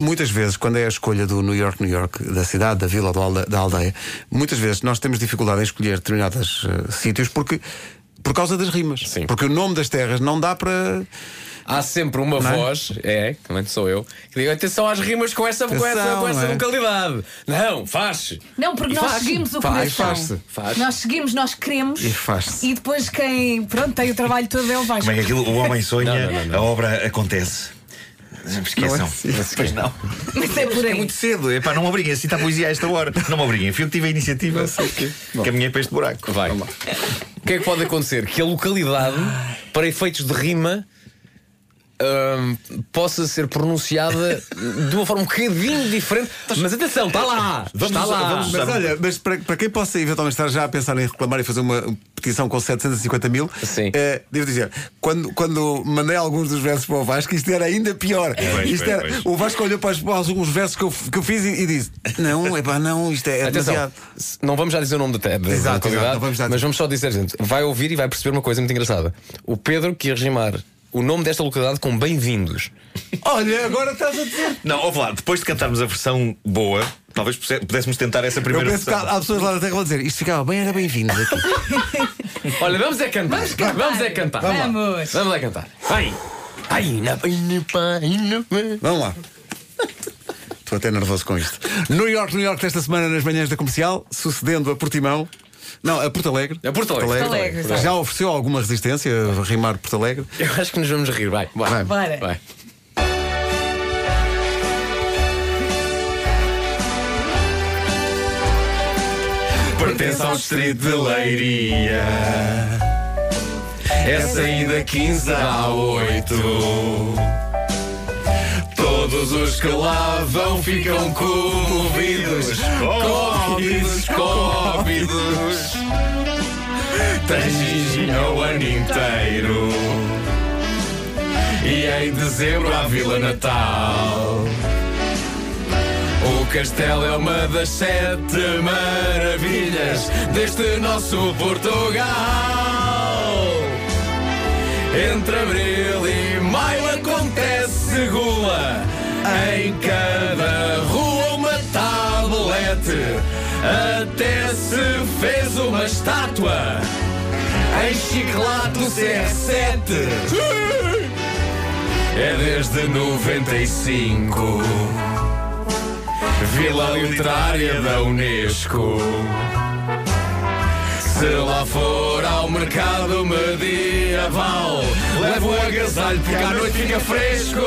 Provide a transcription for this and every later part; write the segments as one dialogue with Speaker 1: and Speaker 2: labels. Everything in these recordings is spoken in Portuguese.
Speaker 1: Muitas vezes, quando é a escolha do New York, New York, da cidade, da vila, do alde- da aldeia, muitas vezes nós temos dificuldade em escolher determinados eh, sítios porque, por causa das rimas.
Speaker 2: Sim.
Speaker 1: Porque o nome das terras não dá para.
Speaker 2: Há sempre uma
Speaker 1: Não é?
Speaker 2: voz, é, também sou eu, que digo atenção às rimas com essa, com essa,
Speaker 1: Atenção,
Speaker 2: com essa
Speaker 1: não é?
Speaker 2: localidade. Não, faz.
Speaker 3: Não, porque nós
Speaker 2: Faz.
Speaker 3: seguimos o
Speaker 1: Faz,
Speaker 3: coração.
Speaker 1: faz-se,
Speaker 2: faz.
Speaker 3: Nós seguimos, nós queremos.
Speaker 1: E faz-se.
Speaker 3: E depois quem, pronto, tem o trabalho todo, ele vai.
Speaker 4: Como é que aquilo, o homem sonha,
Speaker 2: Não, não, não,
Speaker 4: a obra acontece. Esqueçam.
Speaker 1: Não é assim.
Speaker 4: Pois não.
Speaker 3: Mas é por
Speaker 4: É
Speaker 3: aí.
Speaker 4: muito cedo. Epá, não me obriguem assim está a poesia a esta hora. Não me obriguem. Fui eu que tive a iniciativa. Caminhei é para este buraco.
Speaker 2: Vai. O que é que pode acontecer? Que a localidade, para efeitos de rima, hum, possa ser pronunciada de uma forma um bocadinho diferente. Mas atenção, está lá! está lá!
Speaker 4: vamos-
Speaker 1: Mas olha, mas para, para quem possa eventualmente estar já a pensar em reclamar e fazer uma petição com 750 mil,
Speaker 2: Sim.
Speaker 1: eh, devo dizer, quando, quando mandei alguns dos versos para o Vasco, isto era ainda pior.
Speaker 4: É, pois,
Speaker 1: isto
Speaker 4: pois,
Speaker 1: era-
Speaker 4: pois.
Speaker 1: O Vasco olhou para, os- para alguns versos que eu, f- que eu fiz e, e disse: Não, é pá, não, isto é, é
Speaker 2: Atenção,
Speaker 1: demasiado.
Speaker 2: se- não vamos já dizer o nome da te- da- da
Speaker 1: Exato,
Speaker 2: localidade,
Speaker 1: exato, não vamos já dizer.
Speaker 2: mas vamos só dizer, gente, vai ouvir e vai perceber uma coisa muito engraçada. O Pedro que ia rimar o nome desta localidade com bem-vindos.
Speaker 1: Olha, agora estás a dizer.
Speaker 4: Não, ouve lá, depois de cantarmos a versão boa, talvez pudesse- pudéssemos tentar essa
Speaker 1: Eu
Speaker 4: primeira
Speaker 1: penso que
Speaker 4: versão.
Speaker 1: há, há pessoas lá na Terra que vão dizer isto ficava bem, era bem-vindo aqui.
Speaker 2: Olha, vamos é cantar. Vamos,
Speaker 3: cantar.
Speaker 2: é cantar.
Speaker 3: Vamos.
Speaker 2: Vamos lá cantar. Vai. Ai, na, ai, na, pá, ai, na, pá.
Speaker 1: Vamos lá. Estou até nervoso com isto. New York, New York, desta semana nas manhãs da comercial, sucedendo a Portimão. Não, a Porto Alegre.
Speaker 2: A Porto Alegre.
Speaker 3: Porto Alegre, exato.
Speaker 1: Já ofereceu alguma resistência a rimar Porto Alegre?
Speaker 2: Eu acho que nos vamos rir. Vai, vai.
Speaker 3: Bora.
Speaker 2: vai.
Speaker 4: Pertence ao distrito de Leiria. É saída 15 a 8. Todos os que lá vão ficam comovidos. Comovidos, comovidos. Tens giginha o ano inteiro. E em dezembro à Vila Natal. O castelo é uma das sete maravilhas deste nosso Portugal. Entre abril e maio acontece gula. Em cada rua uma tablete. Até se fez uma estátua. Em chiclate o CR7. É desde 95. Vila Literária da Unesco. Se lá for ao mercado medieval, levo o agasalho porque à noite fica fresco.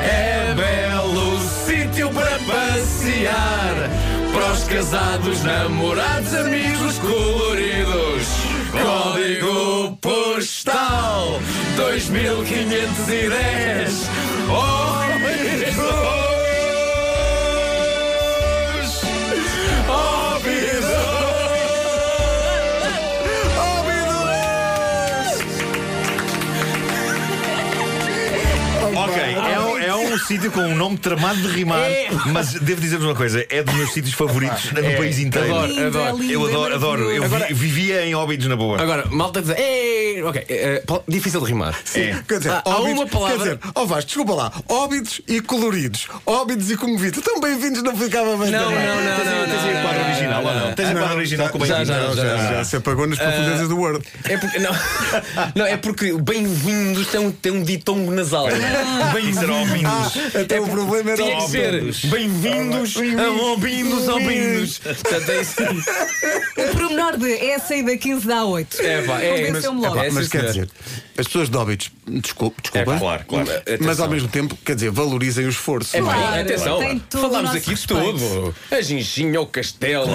Speaker 4: É belo sítio para passear, para os casados, namorados, amigos coloridos. Código postal 2510. Óbidos! Óbidos!
Speaker 1: Ok,
Speaker 4: É, um- é um sítio com um nome tramado de rimar,
Speaker 2: É.
Speaker 4: mas devo dizer-vos uma coisa: é dos meus sítios favoritos no país inteiro.
Speaker 2: adoro.
Speaker 3: Lindo, é
Speaker 2: Adoro.
Speaker 3: lindo,
Speaker 4: Eu
Speaker 3: é
Speaker 4: adoro, adoro. Eu vi-
Speaker 2: Agora-
Speaker 4: vivia em Óbidos na boa.
Speaker 2: Agora, malta dizer. "Ei", ok, eh, pá, difícil de rimar.
Speaker 4: É.
Speaker 1: Quer dizer,
Speaker 2: Há- há
Speaker 1: óbidos-
Speaker 2: uma palavra-
Speaker 1: Quer dizer, ó Vasco, desculpa lá, óbidos e coloridos, óbidos e comovidos, tão bem-vindos, não ficava mais
Speaker 2: Não, não, não,
Speaker 4: Tens aí-
Speaker 2: não,
Speaker 4: Tens aí
Speaker 2: não,
Speaker 4: a quadra
Speaker 2: não,
Speaker 4: original
Speaker 2: não,
Speaker 4: ou não? Tens a quadra original com o
Speaker 2: Ah, já,
Speaker 4: Benfica?
Speaker 2: já, já, já.
Speaker 1: Já se apagou nas profundezas do Word.
Speaker 2: É porque, não, não, é porque bem-vindos tem um, tem um ditongo nasal.
Speaker 4: Isso
Speaker 2: Ah,
Speaker 4: era Óbidos.
Speaker 1: Até o problema era
Speaker 2: é Tinha que ser bem-vindos a ouvindos, ouvindos. Portanto, é isso.
Speaker 3: O pormenor de é a saída 15 da 8.
Speaker 2: É, pá, é,
Speaker 3: Convenceu-me
Speaker 2: mas-
Speaker 3: logo.
Speaker 2: é,
Speaker 1: Mas
Speaker 2: sim,
Speaker 1: quer
Speaker 2: senhor.
Speaker 1: dizer, as pessoas de óbitos, desculpa, desculpa
Speaker 4: É, claro, claro.
Speaker 1: mas
Speaker 2: Atenção.
Speaker 1: ao mesmo tempo, quer dizer, valorizem o esforço.
Speaker 2: É
Speaker 1: não
Speaker 2: bem,
Speaker 1: é?
Speaker 3: Claro,
Speaker 2: atenção,
Speaker 3: tem todo o
Speaker 2: falámos
Speaker 3: nosso
Speaker 2: aqui de
Speaker 3: respeito.
Speaker 2: tudo. A Ginginha, o Castelo,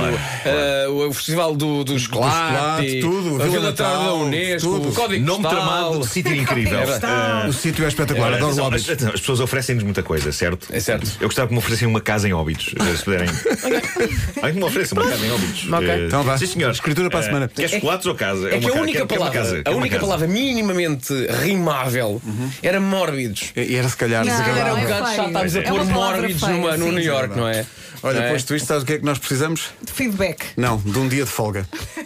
Speaker 2: ah, o- o Festival do, do Escolate,
Speaker 1: Escolate, tudo,
Speaker 2: a
Speaker 1: Vila
Speaker 2: Vila Natal, da
Speaker 1: Natal,
Speaker 2: Unesco,
Speaker 1: tudo.
Speaker 2: o Código
Speaker 4: Nome
Speaker 2: Postal.
Speaker 4: tramado, sítio incrível.
Speaker 3: Está.
Speaker 1: O sítio é espetacular, adoro
Speaker 4: Atenção,
Speaker 1: óbitos.
Speaker 4: as, atenção, as pessoas oferecem-nos muita coisa, certo?
Speaker 2: É certo.
Speaker 4: Eu gostava que me oferecessem uma casa em óbitos, eh, se puderem. Alguém que me ofereça uma casa em óbitos.
Speaker 2: Ok.
Speaker 4: Eh,
Speaker 1: Então vá.
Speaker 4: Sim, senhor.
Speaker 1: Escritura para a
Speaker 4: Eh,
Speaker 1: semana.
Speaker 4: Quer
Speaker 1: É-
Speaker 4: chocolates ou casa?
Speaker 2: É que a
Speaker 4: uma ca-
Speaker 2: única
Speaker 4: quer- quer uma
Speaker 2: palavra,
Speaker 4: casa, quer
Speaker 2: a
Speaker 4: uma
Speaker 2: única
Speaker 4: casa. Uhum.
Speaker 2: palavra minimamente rimável era mórbidos.
Speaker 1: E era se calhar
Speaker 3: Não,
Speaker 2: Era
Speaker 1: desagradável.
Speaker 2: um
Speaker 3: é
Speaker 2: bocado
Speaker 3: feio.
Speaker 2: chato estarmos a
Speaker 3: É
Speaker 2: pôr
Speaker 3: uma palavra
Speaker 2: mórbidos
Speaker 3: feia,
Speaker 2: numa, no
Speaker 3: sim.
Speaker 2: New York, não é?
Speaker 1: Olha,
Speaker 2: Não é?
Speaker 1: posto isto, sabes o que é que nós precisamos?
Speaker 3: De feedback.
Speaker 1: Não, de um dia de folga.